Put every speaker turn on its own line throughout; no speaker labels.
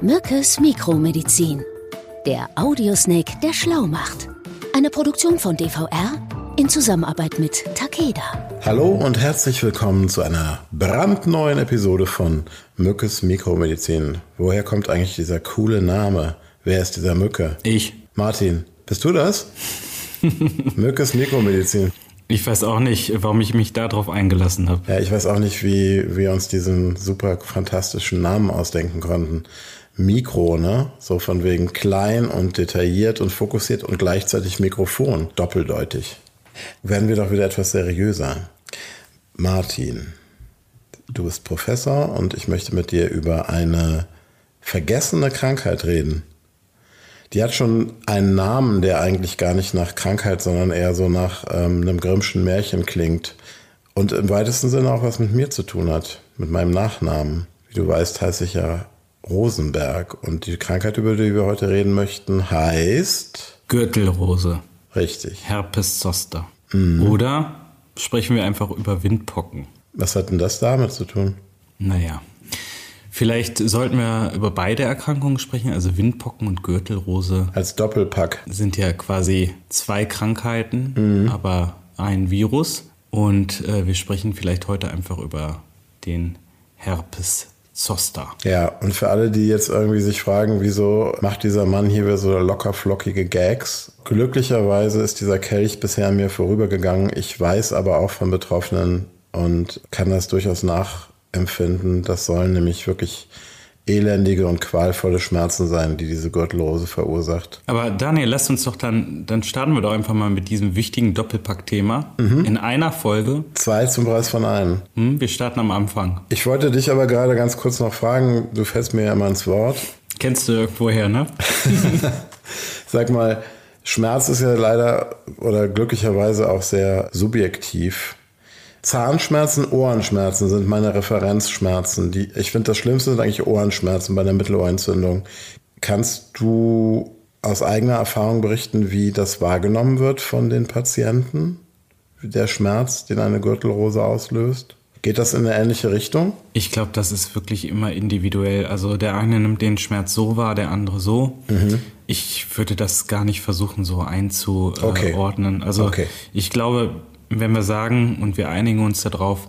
Mückes Mikromedizin. Der Audiosnake, der schlau macht. Eine Produktion von DVR in Zusammenarbeit mit Takeda.
Hallo und herzlich willkommen zu einer brandneuen Episode von Mückes Mikromedizin. Woher kommt eigentlich dieser coole Name? Wer ist dieser Mücke?
Ich.
Martin, bist du das? Mückes Mikromedizin.
Ich weiß auch nicht, warum ich mich darauf eingelassen habe.
Ja, ich weiß auch nicht, wie wir uns diesen super fantastischen Namen ausdenken konnten. Mikro, ne? So von wegen klein und detailliert und fokussiert und gleichzeitig Mikrofon. Doppeldeutig. Werden wir doch wieder etwas seriöser. Martin, du bist Professor und ich möchte mit dir über eine vergessene Krankheit reden. Die hat schon einen Namen, der eigentlich gar nicht nach Krankheit, sondern eher so nach ähm, einem Grimmschen Märchen klingt. Und im weitesten Sinne auch was mit mir zu tun hat, mit meinem Nachnamen. Wie du weißt, heiße ich ja Rosenberg. Und die Krankheit, über die wir heute reden möchten, heißt.
Gürtelrose,
Richtig.
Herpes zoster. Oder sprechen wir einfach über Windpocken.
Was hat denn das damit zu tun?
Naja. Vielleicht sollten wir über beide Erkrankungen sprechen, also Windpocken und Gürtelrose
Als Doppelpack.
sind ja quasi zwei Krankheiten, aber ein Virus. Und äh, wir sprechen vielleicht heute einfach über den Herpes zoster.
Ja, und für alle, die jetzt irgendwie sich fragen, wieso macht dieser Mann hier wieder so locker flockige Gags? Glücklicherweise ist dieser Kelch bisher an mir vorübergegangen. Ich weiß aber auch von Betroffenen und kann das durchaus nachempfinden. Das sollen nämlich wirklich elendige und qualvolle Schmerzen sein, die diese Gürtelrose verursacht.
Aber Daniel, lass uns doch dann, dann starten wir doch einfach mal mit diesem wichtigen Doppelpack-Thema in einer Folge.
Zwei zum Preis von einem.
Hm, wir starten am Anfang.
Ich wollte dich aber gerade ganz kurz noch fragen, du fällst mir ja immer ins Wort.
Kennst du irgendwoher, ne?
Sag mal, Schmerz ist ja leider oder glücklicherweise auch sehr subjektiv. Zahnschmerzen, Ohrenschmerzen sind meine Referenzschmerzen. Die, ich finde, das Schlimmste sind eigentlich Ohrenschmerzen bei einer Mittelohrentzündung. Kannst du aus eigener Erfahrung berichten, wie das wahrgenommen wird von den Patienten? Der Schmerz, den eine Gürtelrose auslöst? Geht das in eine ähnliche Richtung?
Ich glaube, das ist wirklich immer individuell. Also der eine nimmt den Schmerz so wahr, der andere so. Ich würde das gar nicht versuchen, so
Okay.
einzuordnen. Also
Okay.
ich glaube, wenn wir sagen und wir einigen uns darauf,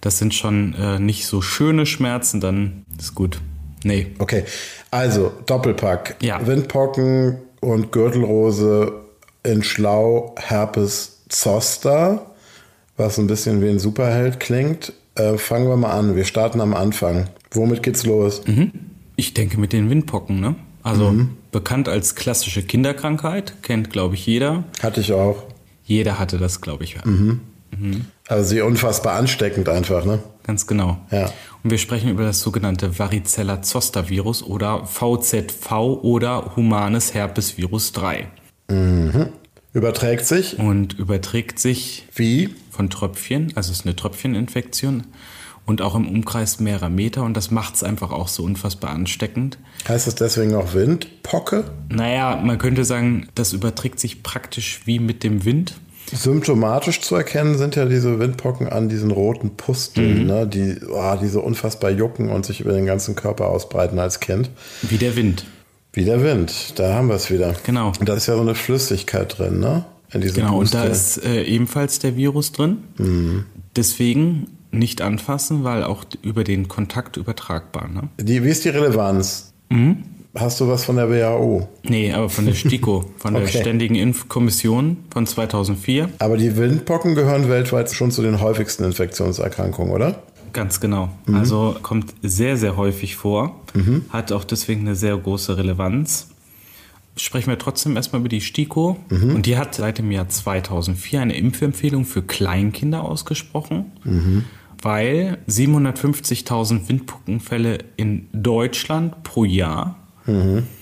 das sind schon äh, nicht so schöne Schmerzen, dann ist gut. Nee.
Okay, also Doppelpack.
Ja.
Windpocken und Gürtelrose in Schlau Herpes Zoster, was ein bisschen wie ein Superheld klingt. Äh, fangen wir mal an. Wir starten am Anfang. Womit geht's los?
Ich denke mit den Windpocken, ne? Also bekannt als klassische Kinderkrankheit, kennt, glaube ich, jeder.
Hatte ich auch.
Jeder hatte das, glaube ich.
Also sie unfassbar ansteckend einfach, ne?
Ganz genau.
Ja.
Und wir sprechen über das sogenannte Varicella-Zoster-Virus oder VZV oder humanes Herpesvirus 3
Überträgt sich
und überträgt sich
wie?
von Tröpfchen, also es ist eine Tröpfcheninfektion und auch im Umkreis mehrerer Meter und das macht es einfach auch so unfassbar ansteckend.
Heißt es deswegen auch Windpocke?
Naja, man könnte sagen, das überträgt sich praktisch wie mit dem Wind.
Symptomatisch zu erkennen sind ja diese Windpocken an diesen roten
Mhm.
Pusteln, ne? die, oh, die so unfassbar jucken und sich über den ganzen Körper ausbreiten als Kind.
Wie der Wind.
Wie der Wind, da haben wir es wieder.
Genau.
Und da ist ja so eine Flüssigkeit drin, ne? In diesem
Genau, und da
Pusteln.
ist äh, ebenfalls der Virus drin. Deswegen nicht anfassen, weil auch über den Kontakt übertragbar. Ne?
Die, wie ist die Relevanz?
Mhm.
Hast du was von der WHO?
Nee, aber von der STIKO, von der
Okay.
Ständigen Impfkommission von 2004.
Aber die Windpocken gehören weltweit schon zu den häufigsten Infektionserkrankungen, oder?
Ganz genau. Also kommt sehr, sehr häufig vor, hat auch deswegen eine sehr große Relevanz. Sprechen wir trotzdem erstmal über die STIKO. Und die hat seit dem Jahr 2004 eine Impfempfehlung für Kleinkinder ausgesprochen, weil 750.000 Windpokenfälle in Deutschland pro Jahr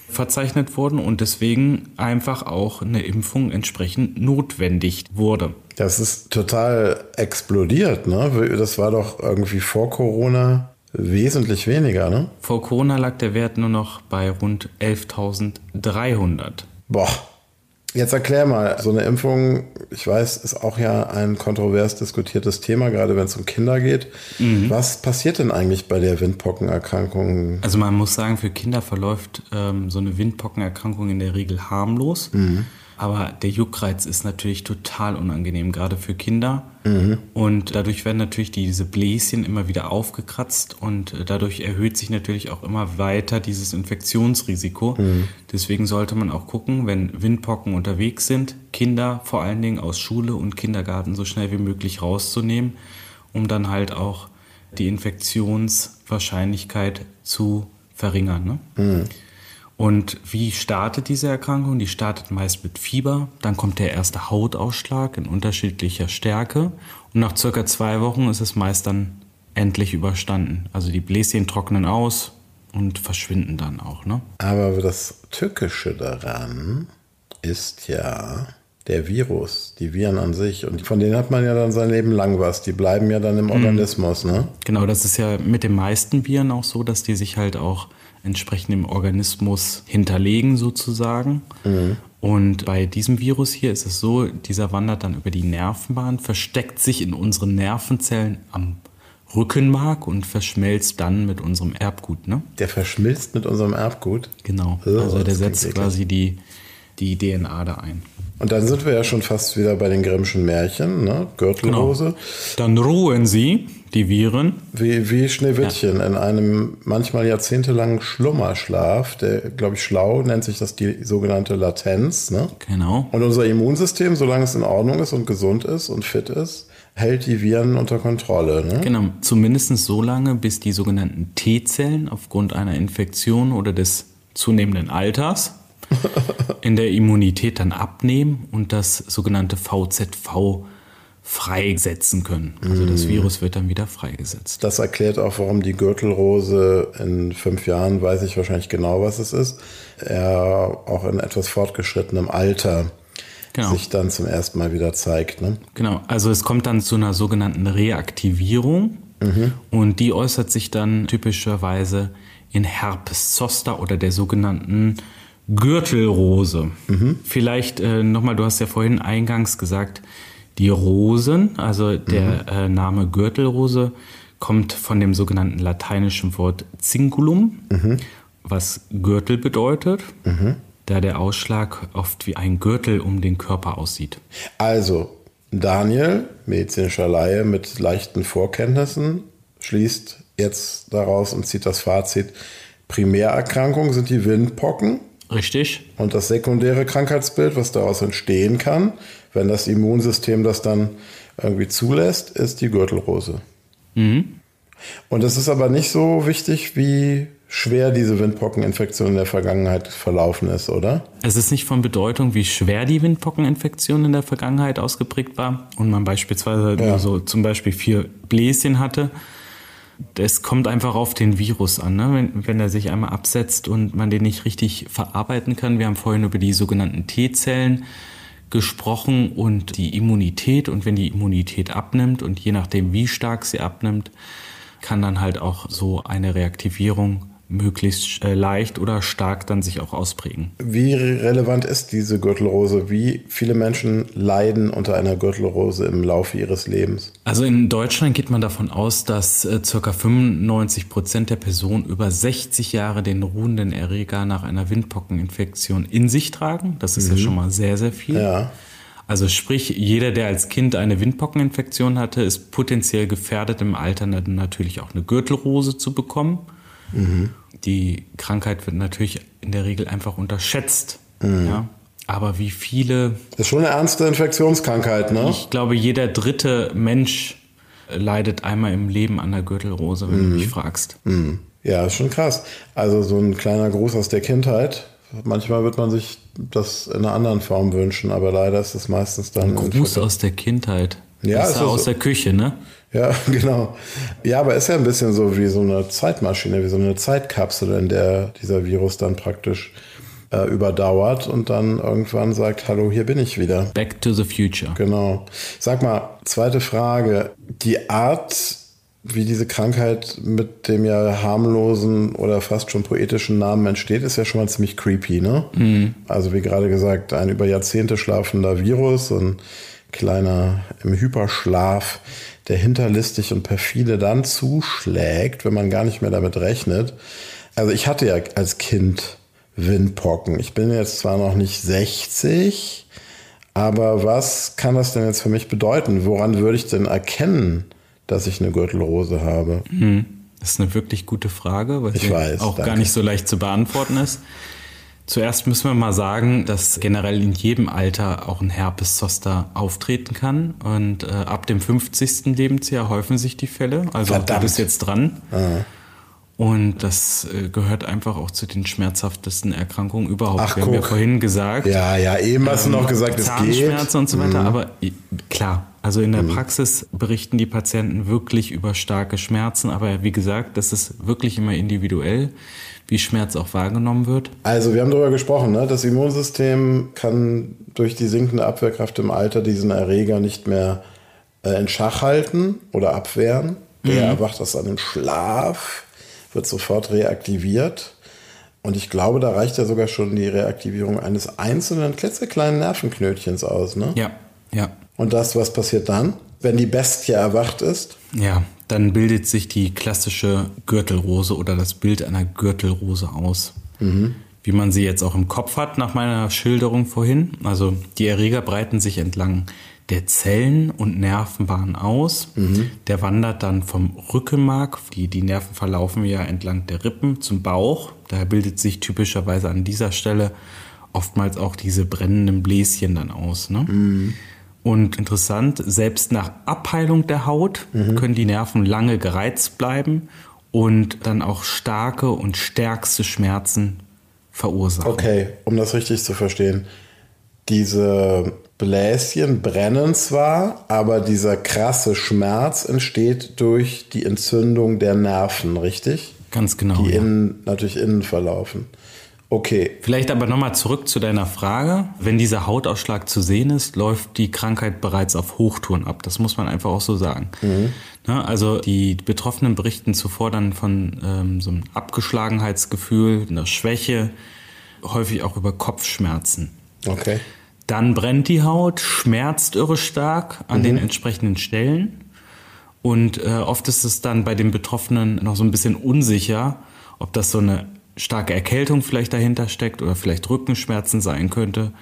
verzeichnet wurden und deswegen einfach auch eine Impfung entsprechend notwendig wurde.
Das ist total explodiert, ne? Das war doch irgendwie vor Corona wesentlich weniger, ne?
Vor Corona lag der Wert nur noch bei rund 11.300.
Boah, Jetzt erklär mal, so eine Impfung, ich weiß, ist auch ja ein kontrovers diskutiertes Thema, gerade wenn es um Kinder geht.
Mhm.
Was passiert denn eigentlich bei der Windpockenerkrankung?
Also man muss sagen, für Kinder verläuft ähm, so eine Windpockenerkrankung in der Regel harmlos. Aber der Juckreiz ist natürlich total unangenehm, gerade für Kinder. Und dadurch werden natürlich diese Bläschen immer wieder aufgekratzt und äh, dadurch erhöht sich natürlich auch immer weiter dieses Infektionsrisiko. Deswegen sollte man auch gucken, wenn Windpocken unterwegs sind, Kinder vor allen Dingen aus Schule und Kindergarten so schnell wie möglich rauszunehmen, um dann halt auch die Infektionswahrscheinlichkeit zu verringern. Ne? Und wie startet diese Erkrankung? Die startet meist mit Fieber, dann kommt der erste Hautausschlag in unterschiedlicher Stärke und nach circa zwei Wochen ist es meist dann endlich überstanden. Also die Bläschen trocknen aus und verschwinden dann auch. Ne?
Aber das Tückische daran ist ja der Virus, die Viren an sich. Und von denen hat man ja dann sein Leben lang was. Die bleiben ja
Mhm.
dann im Organismus, ne?
Genau, das ist ja mit den meisten Viren auch so, dass die sich halt auch entsprechend im Organismus hinterlegen sozusagen.
Mhm.
Und bei diesem Virus hier ist es so, dieser wandert dann über die Nervenbahn, versteckt sich in unseren Nervenzellen am Rückenmark und verschmelzt dann mit unserem Erbgut. Ne?
Der verschmilzt mit unserem Erbgut.
Genau.
Oh,
also der
das klingt
setzt
eklig.
quasi die, die DNA da ein.
Und dann sind wir ja schon fast wieder bei den Grimmschen Märchen, ne?
Genau.
Gürtelhose.
Dann ruhen sie, die Viren.
Wie, wie Schneewittchen in einem manchmal jahrzehntelangen Schlummerschlaf, der, glaube ich, schlau nennt sich das die sogenannte Latenz. Ne?
Genau.
Und unser Immunsystem, solange es in Ordnung ist und gesund ist und fit ist, hält die Viren unter Kontrolle. Ne?
Genau, zumindest so lange, bis die sogenannten T-Zellen aufgrund einer Infektion oder des zunehmenden Alters in der Immunität dann abnehmen und das sogenannte VZV freisetzen können. Also das Virus wird dann wieder freigesetzt.
Das erklärt auch, warum die Gürtelrose in fünf Jahren, weiß ich wahrscheinlich genau, was es ist, eher auch in etwas fortgeschrittenem Alter
Genau.
sich dann zum ersten Mal wieder zeigt. Ne?
Genau, also es kommt dann zu einer sogenannten Reaktivierung und die äußert sich dann typischerweise in Herpes zoster oder der sogenannten Gürtelrose. Vielleicht äh, nochmal, du hast ja vorhin eingangs gesagt, die Rosen, also der äh, Name Gürtelrose kommt von dem sogenannten lateinischen Wort Cingulum, was Gürtel bedeutet, da der Ausschlag oft wie ein Gürtel um den Körper aussieht.
Also, Daniel, medizinischer Laie mit leichten Vorkenntnissen, schließt jetzt daraus und zieht das Fazit, Primärerkrankung sind die Windpocken
Richtig?
und das sekundäre Krankheitsbild, was daraus entstehen kann, wenn das Immunsystem das dann irgendwie zulässt, ist die Gürtelrose. Und es ist aber nicht so wichtig, wie schwer diese Windpockeninfektion in der Vergangenheit verlaufen ist, oder?
Es ist nicht von Bedeutung, wie schwer die Windpockeninfektion in der Vergangenheit ausgeprägt war und man beispielsweise nur so zum Beispiel vier Bläschen hatte. Es kommt einfach auf den Virus an, ne? wenn, wenn er sich einmal absetzt und man den nicht richtig verarbeiten kann. Wir haben vorhin über die sogenannten T-Zellen gesprochen und die Immunität. Und wenn die Immunität abnimmt und je nachdem, wie stark sie abnimmt, kann dann halt auch so eine Reaktivierung möglichst äh, leicht oder stark dann sich auch ausprägen.
Wie relevant ist diese Gürtelrose? Wie viele Menschen leiden unter einer Gürtelrose im Laufe ihres Lebens?
Also in Deutschland geht man davon aus, dass äh, ca. 95 Prozent der Personen über 60 Jahre den ruhenden Erreger nach einer Windpockeninfektion in sich tragen. Das ist ja schon mal sehr, sehr viel.
Ja.
Also sprich, jeder, der als Kind eine Windpockeninfektion hatte, ist potenziell gefährdet, im Alter dann natürlich auch eine Gürtelrose zu bekommen. Die Krankheit wird natürlich in der Regel einfach unterschätzt. Ja? Aber wie viele
Das ist schon eine ernste Infektionskrankheit, ne?
ich glaube, jeder dritte Mensch leidet einmal im Leben an der Gürtelrose, wenn
Mhm.
du mich fragst.
Hm. Ja, ist schon krass. Also so ein kleiner Gruß aus der Kindheit. Manchmal wird man sich das in einer anderen Form wünschen, aber leider ist es meistens dann. in
Gruß aus der Kindheit.
Ja, ist
Besser
das
aus
so?
der Küche, ne?
Ja, genau. Ja, aber ist ja ein bisschen so wie so eine Zeitmaschine, wie so eine Zeitkapsel, in der dieser Virus dann praktisch äh, überdauert und dann irgendwann sagt, hallo, hier bin ich wieder.
Back to the future.
Genau. Sag mal, zweite Frage. Die Art wie diese Krankheit mit dem ja harmlosen oder fast schon poetischen Namen entsteht, ist ja schon mal ziemlich creepy, ne? Mhm. Also wie gerade gesagt, ein über Jahrzehnte schlafender Virus, ein kleiner im Hyperschlaf, der hinterlistig und perfide dann zuschlägt, wenn man gar nicht mehr damit rechnet. Also ich hatte ja als Kind Windpocken. Ich bin jetzt zwar noch nicht 60, aber was kann das denn jetzt für mich bedeuten? Woran würde ich denn erkennen, dass ich eine Gürtelrose habe?
Hm. Das ist eine wirklich gute Frage, weil sie weiß, auch danke. gar nicht so leicht zu beantworten ist. Zuerst müssen wir mal sagen, dass generell in jedem Alter auch ein Herpeszoster auftreten kann. Und äh, ab dem 50. Lebensjahr häufen sich die Fälle. Also Verdammt. Ah. du bist jetzt dran. Aha. Und das äh, gehört einfach auch zu den schmerzhaftesten Erkrankungen überhaupt. Ach, Wir guck. haben ja vorhin gesagt.
Ja, ja, eben hast ähm, du noch gesagt, es geht.
Zahnschmerzen und so weiter. Mhm. Aber klar, also in der mhm. Praxis berichten die Patienten wirklich über starke Schmerzen. Aber wie gesagt, das ist wirklich immer individuell, wie Schmerz auch wahrgenommen wird.
Also wir haben darüber gesprochen, ne? das Immunsystem kann durch die sinkende Abwehrkraft im Alter diesen Erreger nicht mehr äh, in Schach halten oder abwehren. Mhm. Der erwacht aus seinem Schlaf wird sofort reaktiviert. Und ich glaube, da reicht ja sogar schon die Reaktivierung eines einzelnen klitzekleinen Nervenknötchens aus, ne?
Ja, ja.
Und das, was passiert dann, wenn die Bestie erwacht ist?
Ja, dann bildet sich die klassische Gürtelrose oder das Bild einer Gürtelrose aus. Mhm. Wie man sie jetzt auch im Kopf hat, nach meiner Schilderung vorhin. Also die Erreger breiten sich entlang der Zellen und Nervenbahn aus. Mhm. Der wandert dann vom Rückenmark, die, die Nerven verlaufen ja entlang der Rippen zum Bauch. Daher bildet sich typischerweise an dieser Stelle oftmals auch diese brennenden Bläschen dann aus. Ne? Mhm. Und interessant, selbst nach Abheilung der Haut mhm. können die Nerven lange gereizt bleiben und dann auch starke und stärkste Schmerzen verursachen.
Okay, um das richtig zu verstehen. Diese Bläschen brennen zwar, aber dieser krasse Schmerz entsteht durch die Entzündung der Nerven, richtig?
Ganz genau.
Die ja. innen, natürlich innen verlaufen. Okay.
Vielleicht aber nochmal zurück zu deiner Frage. Wenn dieser Hautausschlag zu sehen ist, läuft die Krankheit bereits auf Hochtouren ab. Das muss man einfach auch so sagen. Mhm. Na, also die Betroffenen berichten zuvor dann von ähm, so einem Abgeschlagenheitsgefühl, einer Schwäche, häufig auch über Kopfschmerzen.
Okay.
Dann brennt die Haut, schmerzt irre stark an mhm. den entsprechenden Stellen. Und äh, oft ist es dann bei den Betroffenen noch so ein bisschen unsicher, ob das so eine starke Erkältung vielleicht dahinter steckt oder vielleicht Rückenschmerzen sein könnte,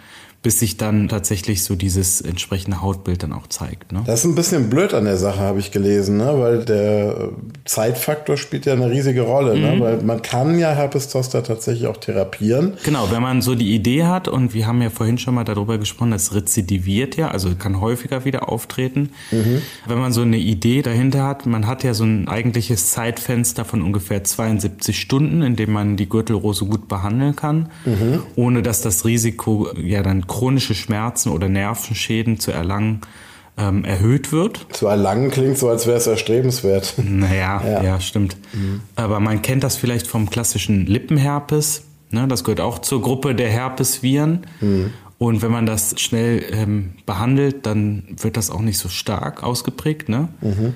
bis sich dann tatsächlich so dieses entsprechende Hautbild dann auch zeigt. Ne?
Das ist ein bisschen blöd an der Sache, habe ich gelesen, ne? weil der Zeitfaktor spielt ja eine riesige Rolle, mhm. ne? weil man kann ja Herpes Zoster tatsächlich auch therapieren.
Genau, wenn man so die Idee hat und wir haben ja vorhin schon mal darüber gesprochen, das rezidiviert ja, also kann häufiger wieder auftreten. Mhm. Wenn man so eine Idee dahinter hat, man hat ja so ein eigentliches Zeitfenster von ungefähr 72 Stunden, in dem man die Gürtelrose gut behandeln kann, mhm. ohne dass das Risiko ja dann chronische Schmerzen oder Nervenschäden zu erlangen ähm, erhöht wird.
Zu erlangen klingt so, als wäre es erstrebenswert.
Naja, ja, ja stimmt. Mhm. Aber man kennt das vielleicht vom klassischen Lippenherpes. Ne? Das gehört auch zur Gruppe der Herpesviren. Mhm. Und wenn man das schnell ähm, behandelt, dann wird das auch nicht so stark ausgeprägt. Ne? Mhm.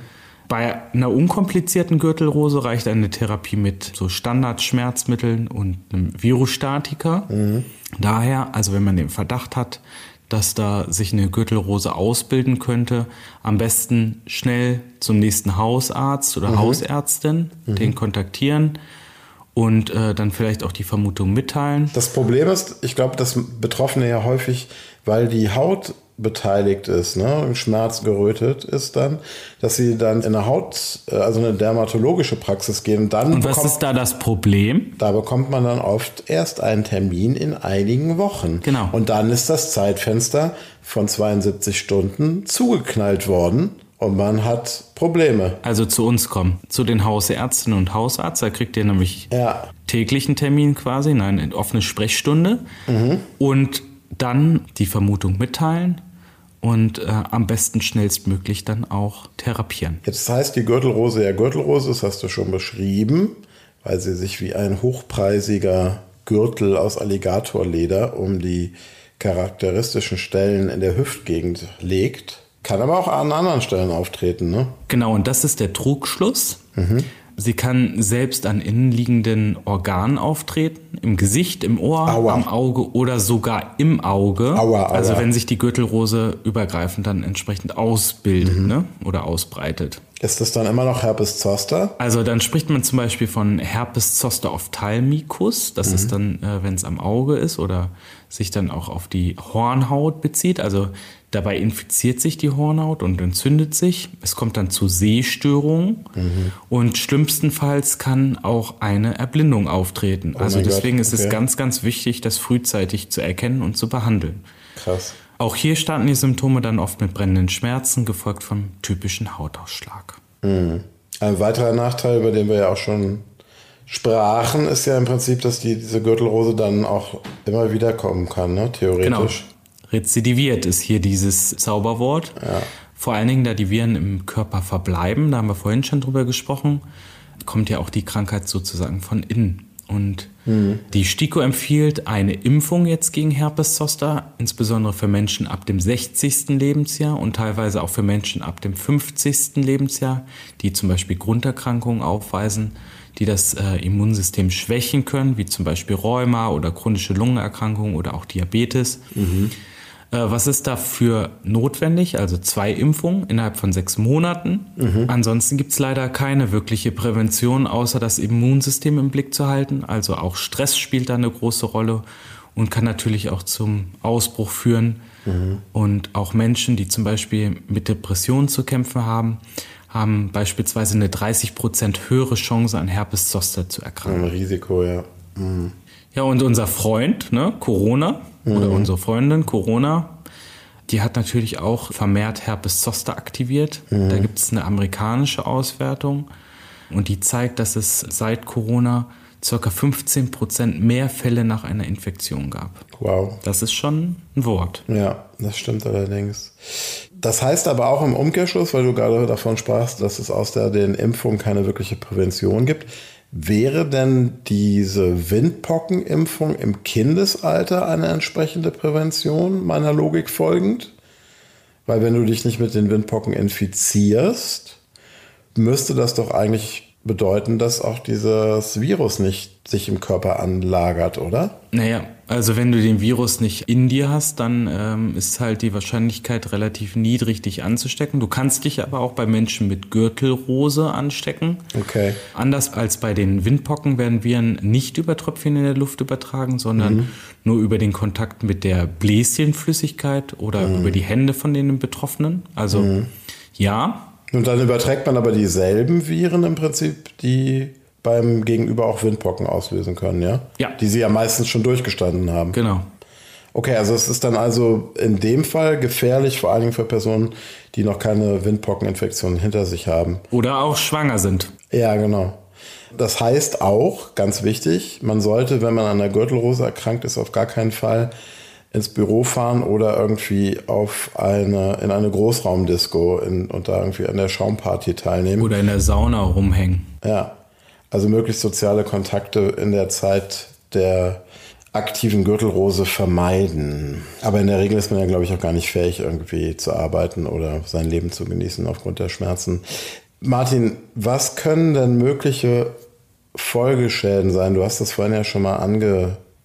Bei einer unkomplizierten Gürtelrose reicht eine Therapie mit so Standardschmerzmitteln und einem Virostatika. Daher, also wenn man den Verdacht hat, dass da sich eine Gürtelrose ausbilden könnte, am besten schnell zum nächsten Hausarzt oder mhm. Hausärztin, mhm. den kontaktieren und äh, dann vielleicht auch die Vermutung mitteilen.
Das Problem ist, ich glaube, dass Betroffene ja häufig, weil die Haut beteiligt ist, ne, im Schmerz gerötet ist dann, dass sie dann in eine Haut, also eine dermatologische Praxis gehen. Dann
und was bekommt, ist da das Problem?
Da bekommt man dann oft erst einen Termin in einigen Wochen.
Genau.
Und dann ist das Zeitfenster von 72 Stunden zugeknallt worden und man hat Probleme.
Also zu uns kommen, zu den Hausärztinnen und Hausarzt, da kriegt ihr nämlich
ja.
täglichen Termin quasi, nein, eine offene Sprechstunde mhm. und dann die Vermutung mitteilen und äh, am besten schnellstmöglich dann auch therapieren.
Jetzt heißt die Gürtelrose ja Gürtelrose, das hast du schon beschrieben, weil sie sich wie ein hochpreisiger Gürtel aus Alligatorleder um die charakteristischen Stellen in der Hüftgegend legt. Kann aber auch an anderen Stellen auftreten, ne?
Genau, und das ist der Trugschluss. Sie kann selbst an innenliegenden Organen auftreten, im Gesicht, im Ohr,
Aua.
am Auge oder sogar im Auge.
Aua, aua.
Also wenn sich die Gürtelrose übergreifend dann entsprechend ausbildet
Mhm.
ne? oder ausbreitet.
Ist das dann immer noch Herpes Zoster?
Also dann spricht man zum Beispiel von Herpes zoster ophthalmicus. Das ist
Mhm.
dann, äh, wenn es am Auge ist oder sich dann auch auf die Hornhaut bezieht. Also dabei infiziert sich die Hornhaut und entzündet sich. Es kommt dann zu Sehstörungen
Mhm.
und schlimmstenfalls kann auch eine Erblindung auftreten. also
Oh mein Gott,
deswegen ist es
okay.
ganz, ganz wichtig, das frühzeitig zu erkennen und zu behandeln.
Krass.
Auch hier starten die Symptome dann oft mit brennenden Schmerzen, gefolgt vom typischen Hautausschlag.
Ein weiterer Nachteil, über den wir ja auch schon sprachen, ist ja im Prinzip, dass die, diese Gürtelrose dann auch immer wieder kommen kann, ne?
Genau.
Theoretisch.
Rezidiviert ist hier dieses Zauberwort. Vor allen Dingen, da die Viren im Körper verbleiben, da haben wir vorhin schon drüber gesprochen, kommt ja auch die Krankheit sozusagen von innen. Und die STIKO empfiehlt eine Impfung jetzt gegen Herpes Zoster, insbesondere für Menschen ab dem 60. Lebensjahr und teilweise auch für Menschen ab dem 50. Lebensjahr, die zum Beispiel Grunderkrankungen aufweisen, die das äh, Immunsystem schwächen können, wie zum Beispiel Rheuma oder chronische Lungenerkrankungen oder auch Diabetes. Äh, Was ist dafür notwendig? Also zwei Impfungen innerhalb von sechs Monaten. Ansonsten gibt es leider keine wirkliche Prävention, außer das Immunsystem im Blick zu halten. Also auch Stress spielt da eine große Rolle und kann natürlich auch zum Ausbruch führen. Und auch Menschen, die zum Beispiel mit Depressionen zu kämpfen haben, haben beispielsweise eine 30% höhere Chance an Herpes Zoster zu erkranken.
Ein Risiko, ja.
Ja, und unser Freund, ne, Corona, oder unsere Freundin Corona, die hat natürlich auch vermehrt Herpes Zoster aktiviert. Da gibt es eine amerikanische Auswertung und die zeigt, dass es seit Corona circa 15 Prozent mehr Fälle nach einer Infektion gab.
Wow.
Das ist schon ein Wort.
Ja, das stimmt allerdings. Das heißt aber auch im Umkehrschluss, weil du gerade davon sprachst, dass es aus der den Impfungen keine wirkliche Prävention gibt. Wäre denn diese Windpockenimpfung im Kindesalter eine entsprechende Prävention, meiner Logik folgend? Weil wenn du dich nicht mit den Windpocken infizierst, müsste das doch eigentlich bedeuten, dass auch dieses Virus nicht sich im Körper anlagert, oder?
Naja, also wenn du den Virus nicht in dir hast, dann ähm, ist halt die Wahrscheinlichkeit relativ niedrig, dich anzustecken. Du kannst dich aber auch bei Menschen mit Gürtelrose anstecken.
Okay.
Anders als bei den Windpocken werden Viren nicht über Tröpfchen in der Luft übertragen, sondern nur über den Kontakt mit der Bläschenflüssigkeit oder über die Hände von den Betroffenen. Also ja,
Und dann überträgt man aber dieselben Viren im Prinzip, die beim Gegenüber auch Windpocken auslösen können, ja?
Ja.
Die sie ja meistens schon durchgestanden haben.
genau.
Okay, also es ist dann also in dem Fall gefährlich, vor allen Dingen für Personen, die noch keine Windpockeninfektion hinter sich haben.
Oder auch schwanger sind.
Ja, genau. Das heißt auch, ganz wichtig, man sollte, wenn man an der Gürtelrose erkrankt ist, auf gar keinen Fall ins Büro fahren oder irgendwie auf eine, in eine Großraumdisco in, und da irgendwie an der Schaumparty teilnehmen.
Oder in der Sauna rumhängen.
Ja, also möglichst soziale Kontakte in der Zeit der aktiven Gürtelrose vermeiden. Aber in der Regel ist man ja, glaube ich, auch gar nicht fähig, irgendwie zu arbeiten oder sein Leben zu genießen aufgrund der Schmerzen. Martin, was können denn mögliche Folgeschäden sein? Du hast das vorhin ja schon mal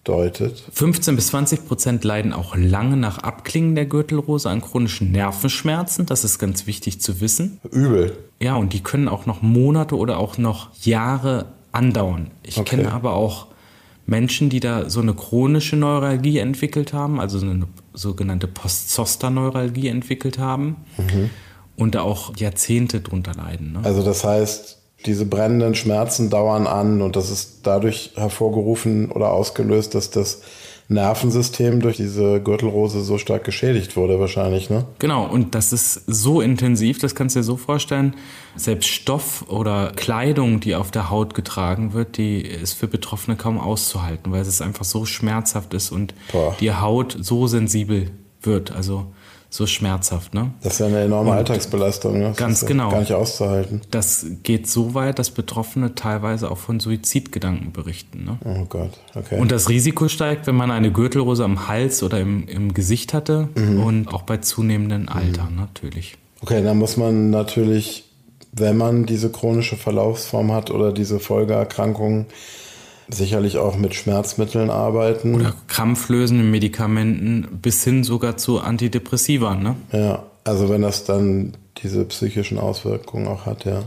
angedeutet.
15 bis 20 Prozent leiden auch lange nach Abklingen der Gürtelrose an chronischen Nervenschmerzen. Das ist ganz wichtig zu wissen.
Übel.
Ja, und die können auch noch Monate oder auch noch Jahre andauern. Ich
Okay.
kenne aber auch Menschen, die da so eine chronische Neuralgie entwickelt haben, also so eine sogenannte Post-Zoster-Neuralgie entwickelt haben und da auch Jahrzehnte drunter leiden. Ne?
Also das heißt, diese brennenden Schmerzen dauern an und das ist dadurch hervorgerufen oder ausgelöst, dass das Nervensystem durch diese Gürtelrose so stark geschädigt wurde wahrscheinlich, ne?
Genau, und das ist so intensiv, das kannst du dir so vorstellen. Selbst Stoff oder Kleidung, die auf der Haut getragen wird, die ist für Betroffene kaum auszuhalten, weil es einfach so schmerzhaft ist und
Boah.
die Haut so sensibel wird. Also so schmerzhaft. Ne?
Das ist ja eine enorme Alltagsbelastung. Ne? Das
Ganz
ist ja
genau.
Gar nicht auszuhalten.
Das geht so weit, dass Betroffene teilweise auch von Suizidgedanken berichten. Ne?
Oh Gott, okay.
Und das Risiko steigt, wenn man eine Gürtelrose am Hals oder im, im Gesicht hatte und auch bei zunehmendem Alter natürlich.
Okay, dann muss man natürlich, wenn man diese chronische Verlaufsform hat oder diese Folgeerkrankungen, sicherlich auch mit Schmerzmitteln arbeiten.
Oder krampflösenden Medikamenten bis hin sogar zu Antidepressiva. Ne?
Ja, also wenn das dann diese psychischen Auswirkungen auch hat, ja.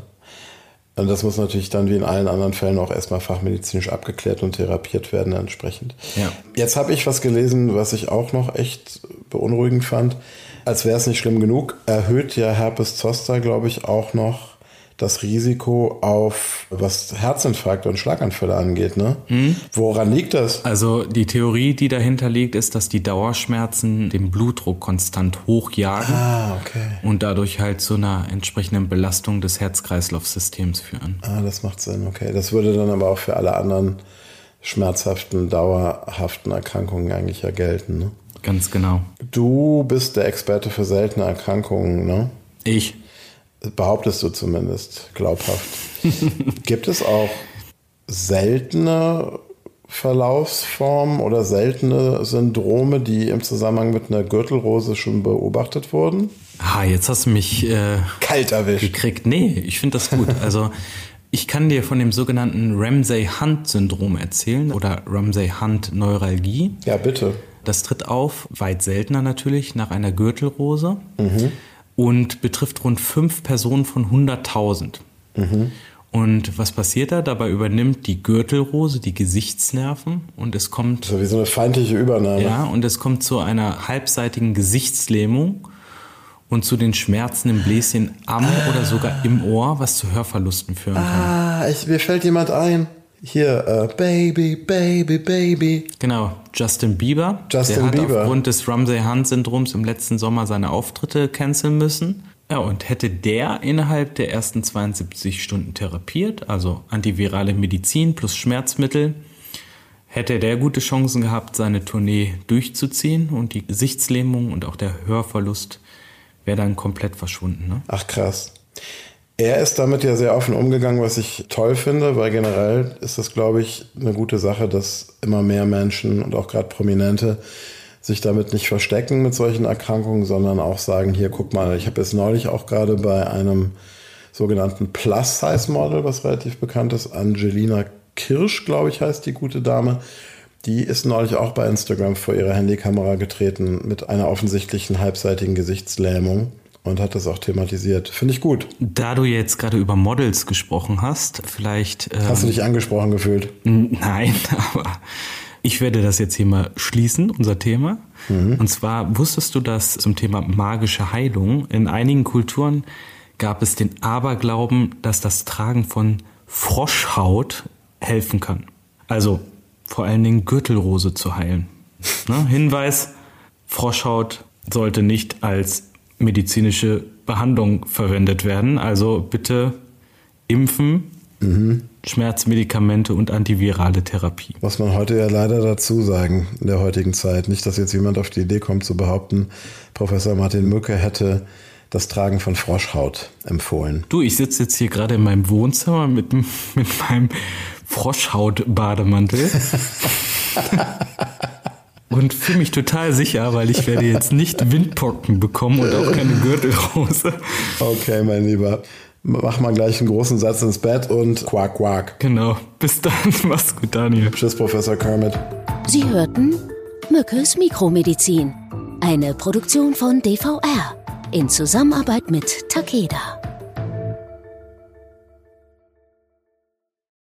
Und das muss natürlich dann wie in allen anderen Fällen auch erstmal fachmedizinisch abgeklärt und therapiert werden entsprechend.
Ja.
Jetzt habe ich was gelesen, was ich auch noch echt beunruhigend fand. Als wäre es nicht schlimm genug, erhöht ja Herpes Zoster, glaube ich, auch noch das Risiko auf, was Herzinfarkte und Schlaganfälle angeht. Ne? Woran liegt das?
Also die Theorie, die dahinter liegt, ist, dass die Dauerschmerzen den Blutdruck konstant hochjagen
Ah, okay.
und dadurch halt zu einer entsprechenden Belastung des Herz-Kreislauf-Systems führen.
Ah, das macht Sinn, okay. Das würde dann aber auch für alle anderen schmerzhaften, dauerhaften Erkrankungen eigentlich ja gelten. Ne?
Ganz genau.
Du bist der Experte für seltene Erkrankungen, ne?
Ich.
Behauptest du zumindest glaubhaft. Gibt es auch seltene Verlaufsformen oder seltene Syndrome, die im Zusammenhang mit einer Gürtelrose schon beobachtet wurden?
Ah, jetzt hast du mich äh,
Kalt erwischt.
gekriegt. Nee, ich finde das gut. Also ich kann dir von dem sogenannten Ramsay-Hunt-Syndrom erzählen oder Ramsay-Hunt-Neuralgie.
Ja, bitte.
Das tritt auf, weit seltener natürlich, nach einer Gürtelrose und betrifft rund fünf Personen von 100.000. Und was passiert da? Dabei übernimmt die Gürtelrose die Gesichtsnerven und es kommt,
So wie so eine feindliche Übernahme.
ja, und es kommt zu einer halbseitigen Gesichtslähmung und zu den Schmerzen im Bläschen am oder sogar im Ohr, was zu Hörverlusten führen kann.
Ah, ich, mir fällt jemand ein. Hier, äh, Baby, Baby, Baby.
Genau, Justin Bieber.
Justin
der hat
Bieber.
aufgrund des Ramsey-Hunt-Syndroms im letzten Sommer seine Auftritte canceln müssen. Ja, und hätte der innerhalb der ersten 72 Stunden therapiert, also antivirale Medizin plus Schmerzmittel, hätte der gute Chancen gehabt, seine Tournee durchzuziehen und die Gesichtslähmung und auch der Hörverlust wäre dann komplett verschwunden. Ne?
Ach krass. Er ist damit ja sehr offen umgegangen, was ich toll finde, weil generell ist das, glaube ich, eine gute Sache, dass immer mehr Menschen und auch gerade Prominente sich damit nicht verstecken mit solchen Erkrankungen, sondern auch sagen, hier, guck mal, ich habe jetzt neulich auch gerade bei einem sogenannten Plus-Size-Model, was relativ bekannt ist, Angelina Kirsch, glaube ich, heißt die gute Dame. Die ist neulich auch bei Instagram vor ihre Handykamera getreten mit einer offensichtlichen halbseitigen Gesichtslähmung und hat das auch thematisiert. Finde ich gut.
Da du jetzt gerade über Models gesprochen hast, vielleicht... ähm,
Hast du dich angesprochen gefühlt?
Nein, aber ich werde das jetzt hier mal schließen, unser Thema. Und zwar wusstest du, dass zum Thema magische Heilung in einigen Kulturen gab es den Aberglauben, dass das Tragen von Froschhaut helfen kann. Also vor allen Dingen Gürtelrose zu heilen. Ne? Hinweis, Froschhaut sollte nicht als medizinische Behandlung verwendet werden. Also bitte impfen, Schmerzmedikamente und antivirale Therapie.
Muss man heute ja leider dazu sagen, in der heutigen Zeit. Nicht, dass jetzt jemand auf die Idee kommt zu behaupten, Professor Martin Mücke hätte das Tragen von Froschhaut empfohlen.
Du, ich sitze jetzt hier gerade in meinem Wohnzimmer mit, dem- mit meinem Froschhaut-Bademantel und fühle mich total sicher, weil ich werde jetzt nicht Windpocken bekommen und auch keine Gürtelrose.
Okay, mein Lieber. Mach mal gleich einen großen Satz ins Bett und quack, quack.
Genau, bis dann, mach's gut, Daniel.
Tschüss, Professor Kermit.
Sie hörten Mückes Mikromedizin, eine Produktion von DVR in Zusammenarbeit mit Takeda.